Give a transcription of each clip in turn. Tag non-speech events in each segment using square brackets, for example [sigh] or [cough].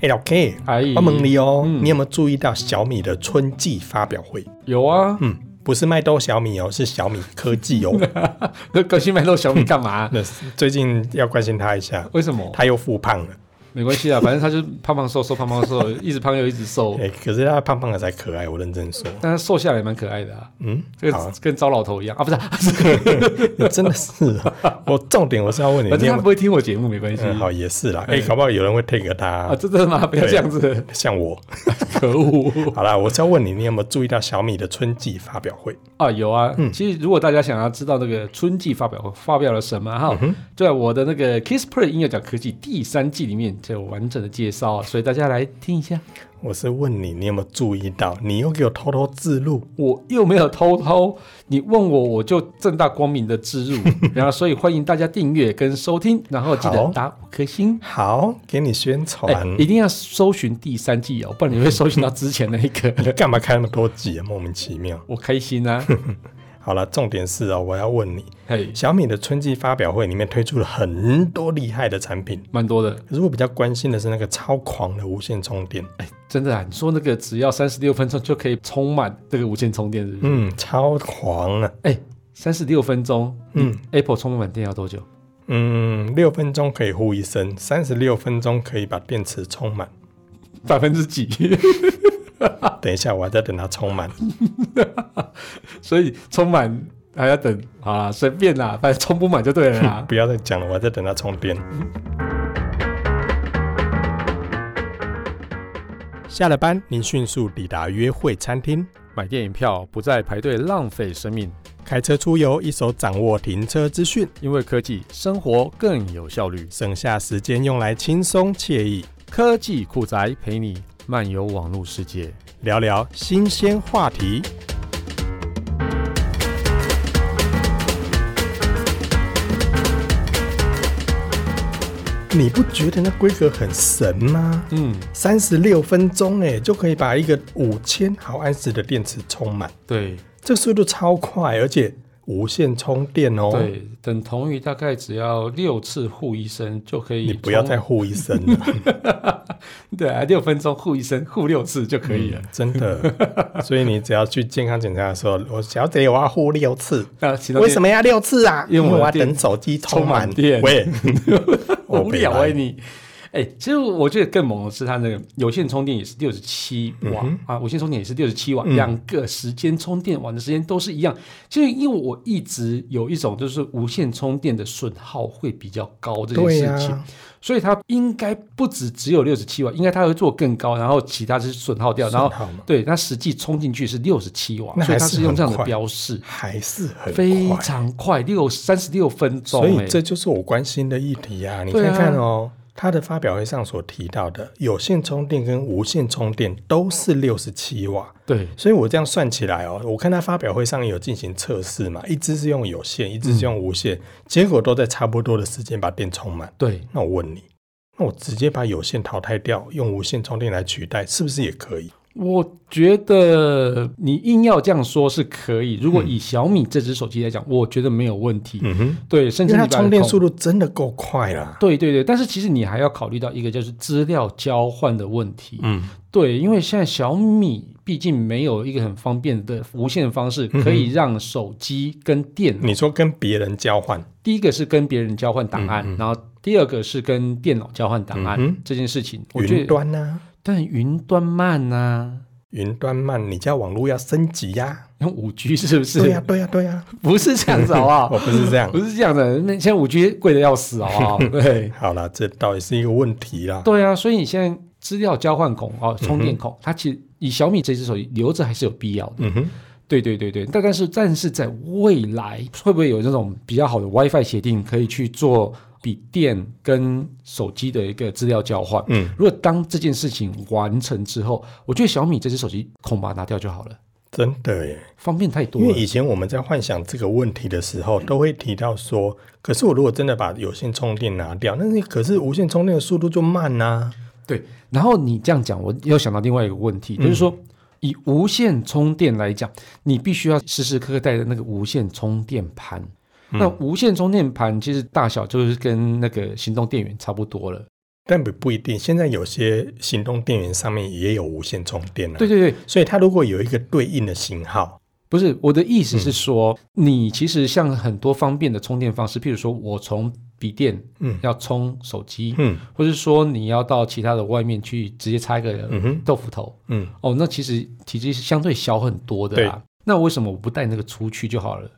哎，老 K，哎我问你哦，嗯你有没有注意到小米的春季发表会？有啊， [laughs] 嗯，不是麦兜小米哦，是小米科技哦。那高兴卖豆小米干嘛？ [laughs] 那是最近要关心他一下，为什么？他又复胖了。没关系啊，反正他就是胖胖瘦瘦，胖胖瘦， [laughs] 一直胖又一直瘦 [laughs] 哎、，可是他胖胖的才可爱，我认真说。但他瘦下来也蛮可爱的啊，嗯，这好个跟糟老头一样啊，不是啊， [laughs] [laughs] 你真的是哦、我重点我是要问你，反你正有他没不会听我节目，没关系有嗯，好也是啦。哎、搞不好有人会 take 他、啊，真的吗？不要这 [laughs] 样子，像 [laughs] 我。可恶好啦，我是要问你，你有没有注意到小米的春季发表会？啊！有啊，嗯其实如果大家想要知道那个春季发表会发表了什么嗯哈，对啊我的那个 Kiss Play 音乐奖科技第三季里面就有完整的介绍啊，所以大家来听一下。我是问你，你有没有注意到？你又给我偷偷自录，我又没有偷偷，你问我我就正大光明的植 [laughs] 入，然后所以欢迎大家订阅跟收听，然后记好得打五颗星。好，给你宣哎、传。一定要搜寻第三季哦，不然你会搜寻到之前那一 [laughs] 你个。干嘛开那么多集啊？莫名其妙。我开 [laughs] 心啊，好了，重点是哦，我要问你，嘿，小米的春季发表会里面推出了很多厉害的产品。蛮多的。可是我比较关心的是那个超狂的无线充电，哎，真的啊，你说那个只要三十六分钟就可以充满这个无线充电，是不是？嗯，超狂啊，哎、三十六分钟，嗯嗯，Apple 充满电要多久？ [laughs] 嗯，六分钟可以呼一声，三十六分钟可以把电池充满。百分之几？ [laughs] 等一下，我还在等它充满。所以充满还要等，好啦，随便啦，反正充不满就对了啦。不要再讲了，我还在等它充电。下了班，您迅速抵达约会餐厅。买电影票不再排队浪费生命，开车出游，一手掌握停车资讯，因为科技生活更有效率。省下时间用来轻松惬意科技酷宅陪你漫游网络世界。聊聊新鲜话题。你不觉得那规格很神吗？嗯，三十六分钟哎，就可以把一个五千毫安时的电池充满，对、这速度超快，而且无线充电哦。对，等同于大概只要六次护一生就可以。你不要再护医生了，对啊，六分钟护一生，护六次就可以了。真 [laughs] 的。所以你只要去健康检查的时候，我小姐我要护六次，那其他为什么要六次啊？因为我我要的电等手机充满充满电喂，我 [laughs] 无聊哎、北兰你？哎、其实我觉得更猛的是它那个有线充电也是六十七嗯瓦、啊，无线充电也是六十七瓦，两、个时间充电完的时间都是一样。其实因为我一直有一种就是无线充电的损耗会比较高这件对呀事情，所以它应该不止只有六十七瓦，应该它会做更高，然后其他是损耗掉，然后损耗嘛对它实际充进去是六十七瓦，那所还以它是是用这样很的快标示，还是很非快。常快，六三十六分钟、所哎。以这就是我关心的议题啊！你对看啊看哦，他的发表会上所提到的有线充电跟无线充电都是六十七瓦，对所以我这样算起来哦，我看他发表会上有进行测试嘛，一只是用有线，一只是用无线，结果都在差不多的时间把电充满。对，那我问你，那我直接把有线淘汰掉，用无线充电来取代，是不是也可以？我觉得你硬要这样说是可以。如果以小米这只手机来讲，我觉得没有问题。嗯哼，对，甚因至为你它把充电孔速度真的够快啦。对对对，但是其实你还要考虑到一个就是资料交换的问题。嗯，对，因为现在小米毕竟没有一个很方便的无线方式，可以让手机跟电脑，你说跟别人交换，第一个是跟别人交换档案，然后第二个是跟电脑交换档案、嗯嗯哼这件事情，我觉云得端呢、但云端慢呐、云端慢，你家网络要升级呀、用五 G 是不是？对呀、对呀、对呀、不是这样子好不好我？哦不是这样 [laughs] 不。是这样的，那现在五 G 贵的要死，好不好？对 [laughs] 好啦，这倒也是一个问题啦。对啊，所以你现在资料交换孔哦，充电孔，它其实以小米这只手机留着还是有必要的。嗯哼，对对对对，但但是但是在未来会不会有这种比较好的 WiFi 协定，可以去做笔电跟手机的一个资料交换？嗯，如果当这件事情完成之后，我觉得小米这只手机恐怕拿掉就好了，真的耶。方便太多因为了。以前我们在幻想这个问题的时候，都会提到说，可是我如果真的把有线充电拿掉，那你可是无线充电的速度就慢啊呐、对，然后你这样讲，我又想到另外一个问题，就是说，嗯以无线充电来讲，你必须要时时刻刻带着那个无线充电盘。嗯那无线充电盘其实大小就是跟那个行动电源差不多了。但不不一定，现在有些行动电源上面也有无线充电啊。对对对，所以它如果有一个对应的型号，不是我的意思嗯是说，你其实像很多方便的充电方式，譬如说我从笔电嗯要充手机，嗯或是说你要到其他的外面去直接插一个嗯哼豆腐头，嗯，哦，那其实体积是相对小很多的啦。那为什么我不带那个出去就好了？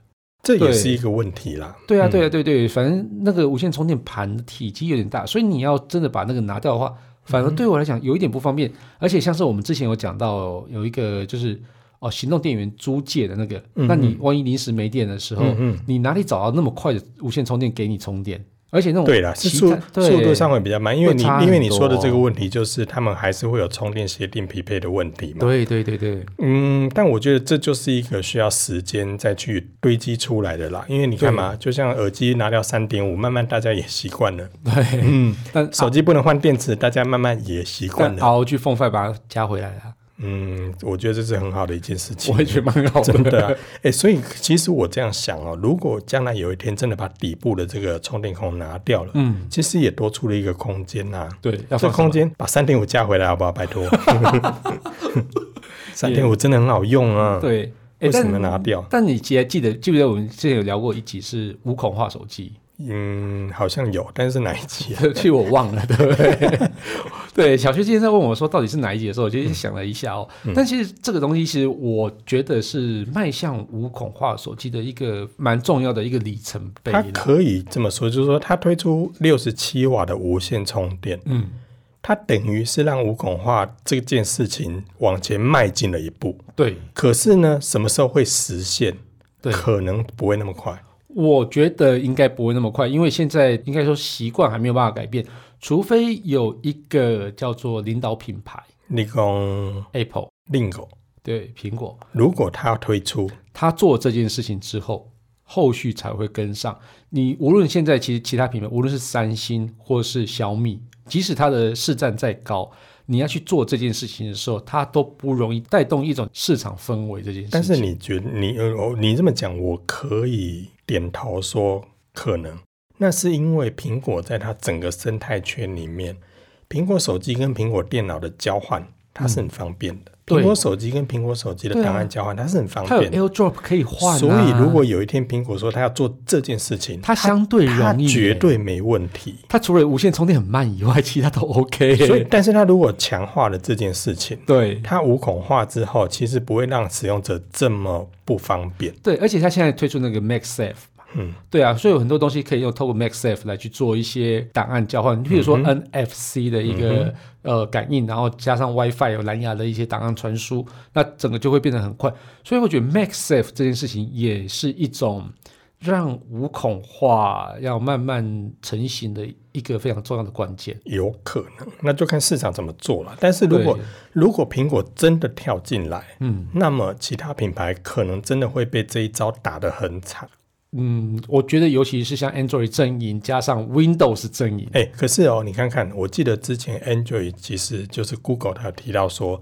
这也对是一个问题啦。对啊，嗯对啊，对对，反正那个无线充电盘的体积有点大，所以你要真的把那个拿掉的话，反嗯而对我来讲有一点不方便。而且像是我们之前有讲到有一个就是哦，行动电源租借的那个，嗯那你万一临时没电的时候，嗯嗯，你哪里找到那么快的无线充电给你充电？而且那种对啦，是哦其速他对速度上会比较慢，因为你会差很因为你说的多啊这个问题就是他们还是会有充电协定匹配的问题嘛。对对对对，嗯，但我觉得这就是一个需要时间再去堆积出来的啦。因为你看嘛，就像耳机拿掉三点五，慢慢大家也习惯了。对，嗯，但手机不能换电池，大家慢慢也习惯但了。熬去凤 i 把它加回来啊了，嗯，我觉得这是很好的一件事情我。也觉得蛮 [laughs] 好真的啊，哎、所以其实我这样想哦，如果将来有一天真的把底部的这个充电孔拿掉了，嗯，其实也多出了一个空间呐、对，要这放空间把三点五加回来好不好？ [laughs] 拜托，三点五真的很好用啊。，对。诶为什么但拿掉？但你记得记得记不记得我们之前有聊过一集是无孔化手机？ [laughs] 嗯，好像有，但是哪一集啊？其实我忘了，对不对？ [laughs] 对，小薛今天在问我说到底是哪一集的时候，我就想了一下哦。嗯但其实这个东西，其实我觉得是迈向无孔化手机的一个蛮重要的一个里程碑它了。可以这么说，就是说它推出六十七瓦的无线充电，嗯，它等于是让无孔化这件事情往前迈进了一步。对，可是呢，什么时候会实现？对可能不会那么快。我觉得应该不会那么快，因为现在应该说习惯还没有办法改变，除非有一个叫做领导品牌你讲 Apple，另狗，对，苹果，如果它推出，他做这件事情之后，后续才会跟上。你无论现在其实其他品牌，无论是三星或是小米，即使它的市占再高，你要去做这件事情的时候，它都不容易带动一种市场氛围这件事情。但是你觉得你呃哦你这么讲，我可以点头说可能。那是因为苹果在它整个生态圈里面，苹果手机跟苹果电脑的交换，它是很方便的。嗯对苹果手机跟苹果手机的对啊档案交换，它是很方它有便的。 AirDrop 可以换、啊，所以，如果有一天苹果说它要做这件事情，它相对它容易，绝。对没问题。它除了无线充电很慢以外，其他都 OK。 [laughs] 所以， [laughs] 但是它如果强化了这件事情，对它无孔化之后，其实不会让使用者这么不方便。对，而且它现在推出那个 MagSafe 嘛，嗯，对啊，所以有很多东西可以用透过 MagSafe 来去做一些档案交换，譬如说 NFC 的一个、呃感应，然后加上 WiFi 有蓝牙的一些档案传输，那整个就会变得很快。所以我觉得 MagSafe 这件事情也是一种让无孔化要慢慢成型的一个非常重要的关键。有可能，那就看市场怎么做了。但是如果如果苹果真的跳进来，嗯那么其他品牌可能真的会被这一招打得很惨。嗯，我觉得尤其是像 Android 阵营加上 Windows 阵营，哎、可是哦，你看看，我记得之前 Android 其实就是 Google 它有提到说，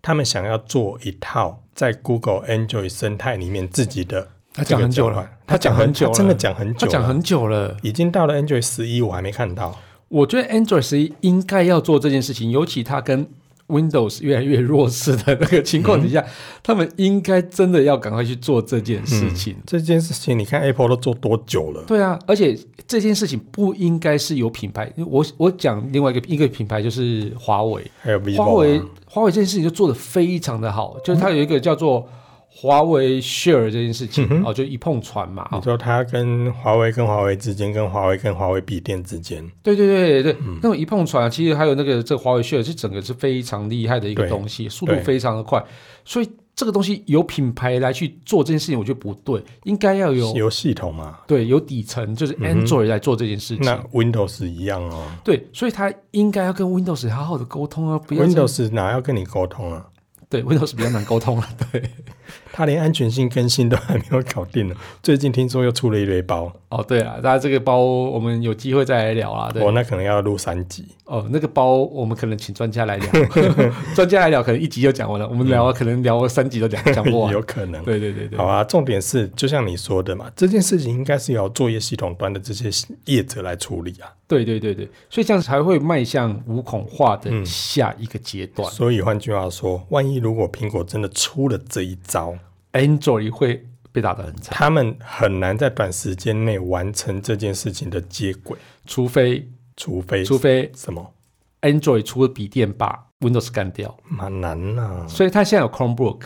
他们想要做一套在 Google Android 生态里面自己的他这讲个很久交了换，他讲很久他了，真的讲很他久了，讲很久了。已经到了 Android 十一，我还没看到。我觉得 Android 十一应该要做这件事情，尤其它跟 Windows 越来越弱势的那个情况底下，嗯他们应该真的要赶快去做这件事情。这件事情，你看 Apple 都做多久了？对啊，而且这件事情不应该是由品牌，我我讲另外一个一个品牌就是华为，还有 vivo，、啊、华为华为这件事情就做得非常的好，就是它有一个叫做华为 Share 这件事嗯情、哦，就一碰传嘛，啊哦你说它跟华为、跟华为之间，跟华为、跟华为笔电之间，对对对对，嗯那种一碰传，其实还有那个这个华为 Share 是整个是非常厉害的一个对东西，速度对非常的快，所以这个东西由品牌来去做这件事情，我觉得不对，应该要有有系统嘛？对有底层，就是 Android 来做这件事情。嗯那 Windows 一样哦对，所以它应该要跟 Windows 好好的沟通啊，不要这样，Windows 哪要跟你沟通啊？对 Windows 比较难沟通了、 [laughs] 对，它连安全性更新都还没有搞定呢。 [laughs] 最近听说又出了一堆包，哦对啊，大家这个包我们有机会再来聊啊。对，哦我那可能要录三集。哦那个包我们可能请专家来 [laughs] 聊，专家来聊可能一集就讲完了，我们聊、可能聊三集都讲讲不嗯 [laughs] 完。有可能。啊对对对对好，啊，重点是，就像你说的嘛，这件事情应该是由作业系统端的这些业者来处理啊。对对对对，所以这样才会迈向无孔化的嗯下一个阶段。所以换句话说，万一如果苹果真的出了这一招， Android 会被打得很惨，他们很难在短时间内完成这件事情的接轨，除非除非除非什么 Android 出了笔电把 Windows 干掉，蛮难呐、所以它现在有 Chromebook，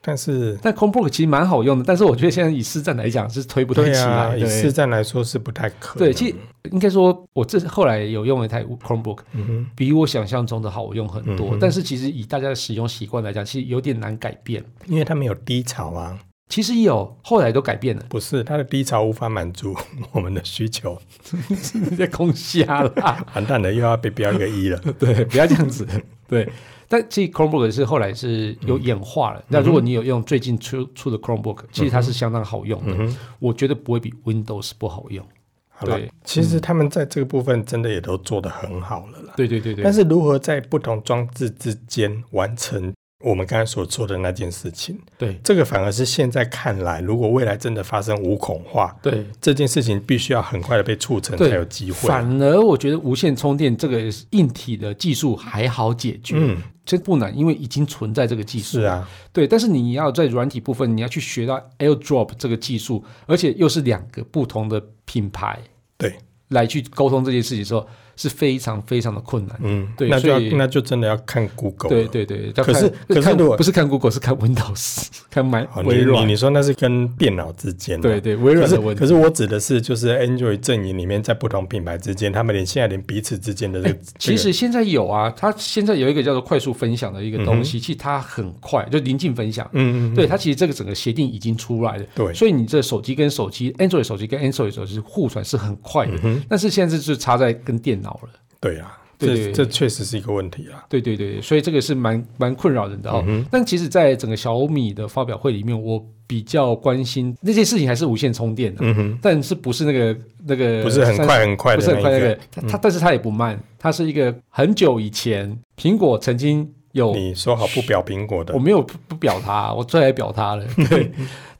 但是但 Chromebook 其实蛮好用的，但是我觉得现在以市占来讲是推不太对起啊，来以的。市占来说是不太可能。对，其实应该说，我这后来有用了一台 Chromebook，嗯哼，比我想象中的好用很嗯多。哼但是其实以大家的使用习惯来讲，其实有点难改变。因为他们有低潮啊，，其实有，后来都改变了 [laughs] 不是他的低潮无法满足我们的需求， [laughs] 你在空瞎啦。完蛋了，又要被标一个一了。 [laughs] 对，不要这样子。对，但其实 Chromebook 是后来是有演化了。那、如果你有用最近出出的 Chromebook，其实它是相当好用的，我觉得不会比 Windows 不好用。好了对，其实他们在这个部分真的也都做得很好了啦。对对对对，但是如何在不同装置之间完成我们刚才所说的那件事情，对这个反而是现在看来，如果未来真的发生无孔化，对这件事情必须要很快的被促成才对有机会。啊反而我觉得无线充电这个硬体的技术还好解决，嗯，这不难，因为已经存在这个技术。是啊，对，但是你要在软体部分，你要去学到 AirDrop 这个技术，而且又是两个不同的品牌对，来去沟通这件事情的时候，是非常非常的困难。嗯，对那就要所以那就真的要看 Google 了。对对对，要可看是可是看如果不是看 Google，是看 Windows，看 [laughs] 买好，你微你软。你说那是跟电脑之间、啊，对对，微可软是的问题可。是我指的是，就是 Android 阵营里面，在不同品牌之间，他们连现在连彼此之间的这个，哎其实现在有啊，它现在有一个叫做快速分享的一个东西，其实它很快，就临近分享。这个嗯嗯，嗯对它其实这个整个协定已经出来了，对所以你这手机跟手机，Android 手机跟 Android 手机互传是很快嗯的，但是现在就是差在跟电脑了，对啊，对这对对这确实是一个问题啊。对对对，所以这个是蛮蛮困扰人的哦。嗯但其实，在整个小米的发表会里面，我比较关心那件事情还是无线充电的、嗯哼，但是不是那个那个不是很呃三快很快不的是那很一快那个嗯个，，它它但是它也不慢，它是一个很久以前苹果曾经有你说好不表苹果的我，没有不不表他，我最爱表 [laughs] 他了。对，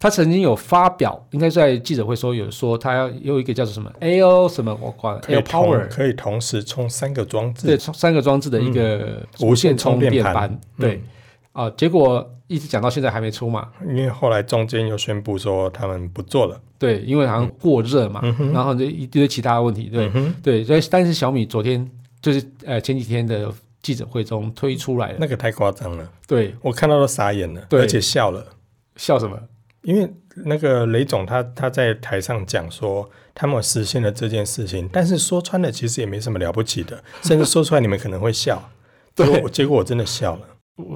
他曾经有发表，应该在记者会说有说他要有一个叫做什么 A O 什么我管可 Air 以同 Power，可以同时充三个装置对，，三个装置的一个嗯无线充电电嗯板，对啊、结果一直讲到现在还没出嘛。因为后来中间又宣布说他们不做了。对，因为好像过热嘛，嗯然后就一堆其他的问题，对、对，所以但是小米昨天就是呃前几天的记者会中推出来了，那个太夸张了，对，我看到都傻眼了，对而且笑了。笑什么？因为那个雷总他他在台上讲说，他们实现了这件事情，但是说穿了其实也没什么了不起的，甚至说出来你们可能会笑。 [laughs] 对结果结果我真的笑了，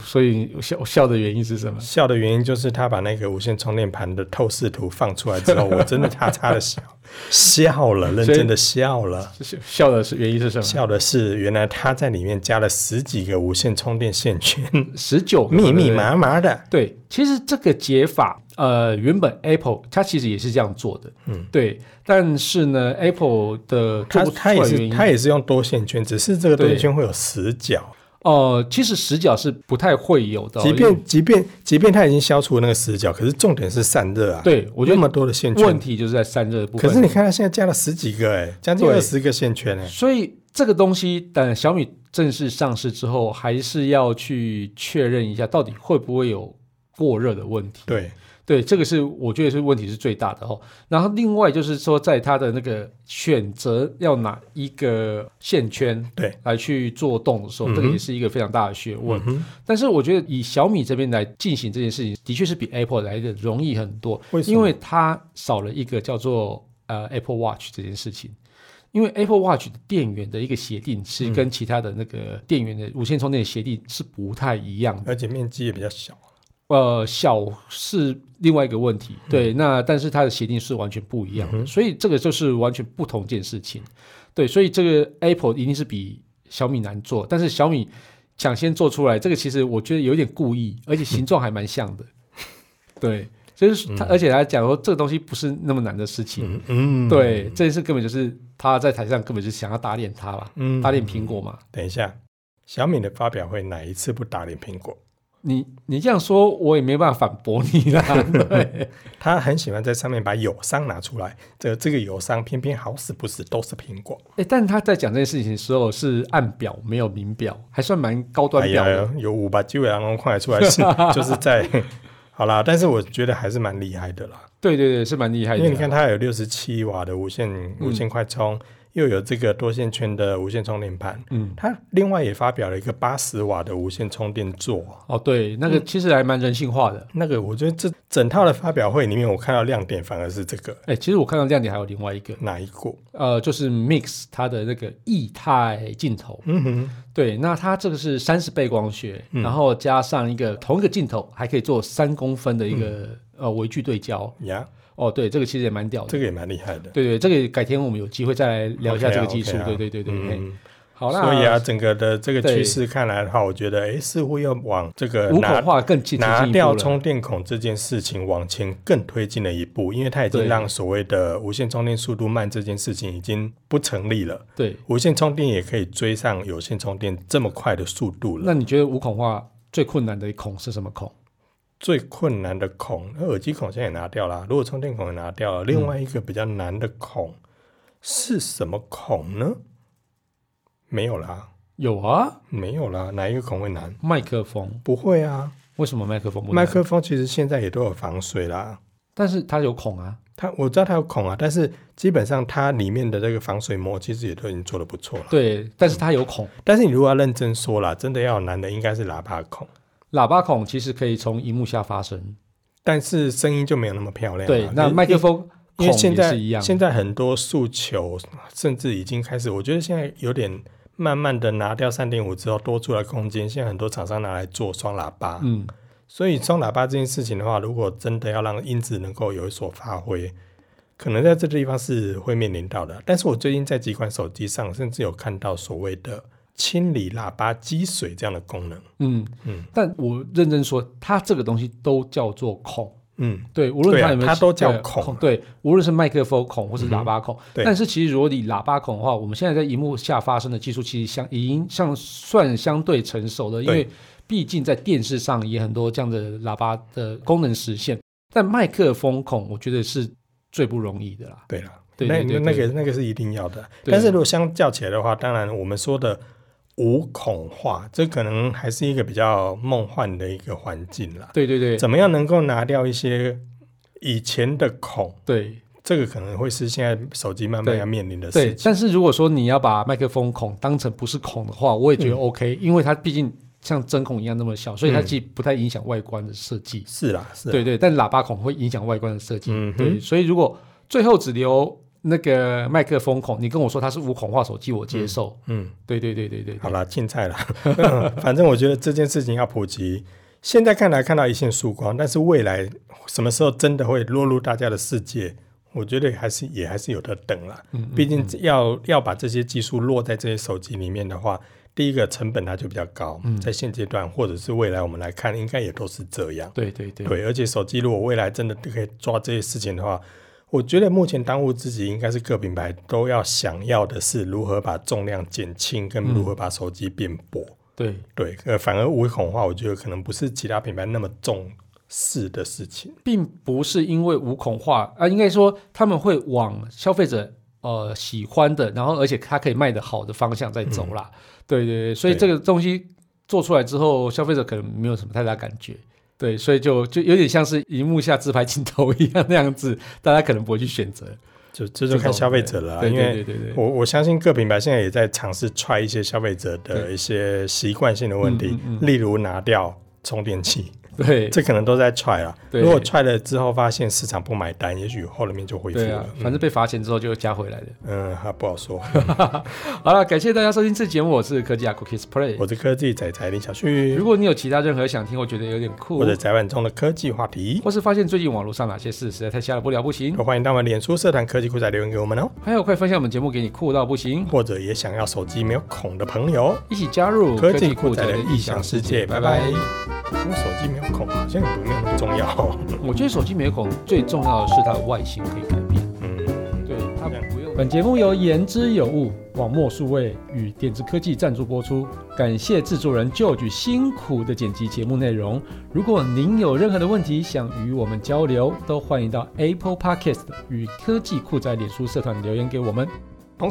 所以我笑我笑的原因是什么？笑的原因就是他把那个无线充电盘的透视图放出来之后，我真的叉叉的笑，笑了，认真的笑了。 [laughs] 笑笑的是原因是什么？笑的是，原来他在里面加了十几个无线充电线圈，十九密密。麻麻的。对，对其实这个解法，呃，原本 Apple 它其实也是这样做的，嗯，对。但是呢，Apple 的做他不出他来也的原是因，他也是用多线圈，只是这个多线对圈会有死角，呃，其实死角是不太会有的哦、即因为便即便即便它已经消除那个死角，可是重点是散热啊。，对我觉那得么多的线问圈，题就是在散热的部可是分。你看它现在加了十几个、哎，将近对二十个线圈、哎，所以这个东西，等小米正式上市之后，还是要去确认一下，到底会不会有过热的问题。对，对，这个是我觉得是问题是最大的哦。然后另外就是说，在它的那个选择要哪一个线圈对来去做动的时候，嗯哼这个也是一个非常大的学问。嗯哼，但是我觉得以小米这边来进行这件事情，的确是比 Apple 来的容易很多，为什么因为它少了一个叫做呃 Apple Watch 这件事情。因为 Apple Watch 的电源的一个协定是嗯跟其他的那个电源的无线充电的协定是不太一样的。而且面积也比较小，呃，小是另外一个问题，对，嗯那但是它的协定是完全不一样的，所以这个就是完全不同件事情，对，所以这个 Apple 一定是比小米难做，但是小米抢先做出来，这个其实我觉得有点故意，而且形状还蛮像的，对，就是他，而且他讲说这个东西不是那么难的事情，嗯嗯，对，这件事根本就是他在台上根本就是想要打脸他吧，嗯打脸苹果嘛，等一下，小米的发表会哪一次不打脸苹果？你你这样说，我也没办法反驳 [laughs] 你啦。对，他很喜欢在上面把友商拿出来，这这个友商偏偏好死不死都是苹果，哎，但是他在讲这件事情的时候是按表没有明表，还算蛮高端哎表呀的。，有五把机会然后快出来 [laughs] 是就是在好啦，但是我觉得还是蛮厉害的啦，对对对，是蛮厉害的嗯因啦。为你看它有六十七瓦的无线无线快充，又有这个多线圈的无线充电盘，嗯，它另外也发表了一个八十瓦的无线充电座。哦，对，那个嗯其实还蛮人性化的。那个我觉得这整套的发表会里面，我看到亮点反而是这个哎，其实我看到亮点还有另外一个，哪一个？呃，就是 Mix 它的那个液态镜头。嗯哼，对，那它这个是三十倍光学，嗯然后加上一个同一个镜头还可以做三公分的一个、嗯呃微距对焦。呀，哦，对，这个其实也蛮屌的。这个也蛮厉害的。对对，这个改天我们有机会再来聊一下 OK 这啊个技术。 OK 啊对对对对，嘿嗯，好啦，所以啊，整个的这个对趋势看来的话，我觉得诶，似乎要往这个无拿孔化更进拿进一步掉了。充电孔这件事情往前更推进了一步，因为它已经对让所谓的无线充电速度慢这件事情已经不成立了，对，无线充电也可以追上有线充电这么快的速度了。那你觉得无孔化最困难的孔是什么孔？最困难的孔，那耳机孔现在也拿掉了，如果充电孔也拿掉嗯了，另外一个比较难的孔、是什么孔呢？没有啦，有啊，没有啦，哪一个孔会难？麦克风。不会啊，为什么麦克风不能麦？克风其实现在也都有防水啦。但是它有孔啊。它我知道它有孔啊，但是基本上它里面的这个防水膜其实也都已经做的不错了。对，但是它有孔。但是你如果要认真说啦，真的要有难的应该是喇叭孔，喇叭孔其实可以从荧幕下发声。但是声音就没有那么漂亮啦。对，那啊因麦克风因孔为现也在是一样。现在很多诉求甚至已经开始，我觉得现在有点慢慢的拿掉三点五之后多出来空间，现在很多厂商拿来做双喇叭。嗯，所以双喇叭这件事情的话，如果真的要让音质能够有所发挥，可能在这个地方是会面临到的。但是我最近在几款手机上，甚至有看到所谓的清理喇叭积水这样的功能。嗯嗯但我认真说，它这个东西都叫做孔。嗯，对，无论对啊它有没有，它都叫对孔啊嗯对，无论是麦克风孔或是喇叭孔。对但是其实如果你喇叭孔的话，我们现在在荧幕下发生的技术，其实相已经像算相对成熟的，因为毕竟在电视上也很多这样的喇叭的功能实现。但麦克风孔，我觉得是最不容易的啦。对了，对那对对那那对个那个是一定要的。对但是如果相较起来的话，当然我们说的无孔化，这可能还是一个比较梦幻的一个环境啦。对对对怎么样能够拿掉一些以前的孔？对这个可能会是现在手机慢慢对要面临的对事。情。但是如果说你要把麦克风孔当成不是孔的话，我也觉得 OK，、因为它毕竟像针孔一样那么小，所以它嗯其实不太影响外观的设计。是啦，是啦，啊对对，但喇叭孔会影响外观的设计。嗯哼对，所以如果最后只留那个麦克风孔，你跟我说它是无孔化手机，我接受。嗯，对对对对对好对，啦，竞赛啦， [laughs] 嗯反正我觉得这件事情要普及。现在看来看到一线曙光，但是未来什么时候真的会落入大家的世界，我觉得还是也还是有的等啦。嗯嗯毕竟要要把这些技术落在这些手机里面的话，第一个成本它就比较高，嗯在现阶段或者是未来我们来看，应该也都是这样。对对对，对，而且手机如果未来真的可以抓这些事情的话，我觉得目前当务之急应该是各品牌都要想要的是如何把重量减轻，跟如嗯何把手机变薄。对对，呃，反而无孔化，我觉得可能不是其他品牌那么重视的事情。并不是因为无孔化啊、应该说他们会往消费者呃喜欢的，然后而且它可以卖得好的方向在走啦。对对对，所以嗯对这个东西做出来之后，消费者可能没有什么太大感觉。对，所以就就有点像是荧幕下自拍镜头一样那样子，大家可能不会去选择。就这就看消费者了啦，啊对因为对对对对，我我相信各品牌现在也在尝试 try 一些消费者的对一些习惯性的问题，嗯嗯例如拿掉充电器，对这可能都在 try 啦。对如果 try 了之后发现市场不买单，也许后面就恢复对了。啊，反正被罚钱之后就加回来了。嗯，还不好说。 [laughs] 好了，感谢大家收听这期节目，我是科技阿 Cookies Play。我是科技仔仔林小旭如，果你有其他任何想听，我觉得有点酷或，者宅晚中的科技话题，或是发现最近网络上哪些事实在太瞎了不了不行，都欢迎到我们脸书社团科技酷仔留言给我们哦。还有快分享我们节目给你酷到不行，或者也想要手机没有孔的朋友，一起加入哦科技酷仔宅的异想世界，拜拜。因为手机没有孔好像也不没有那么重要 [laughs] 哦。我觉得手机没有孔最重要的是它的外形可以改变，嗯，对它这样不用。本节目由言之有物、网墨数位与点子科技赞助播出，感谢制作人 George 辛苦的剪辑节目内容。如果您有任何的问题想与我们交流，都欢迎到 Apple Podcast 与科技酷宅脸书社团留言给我们。同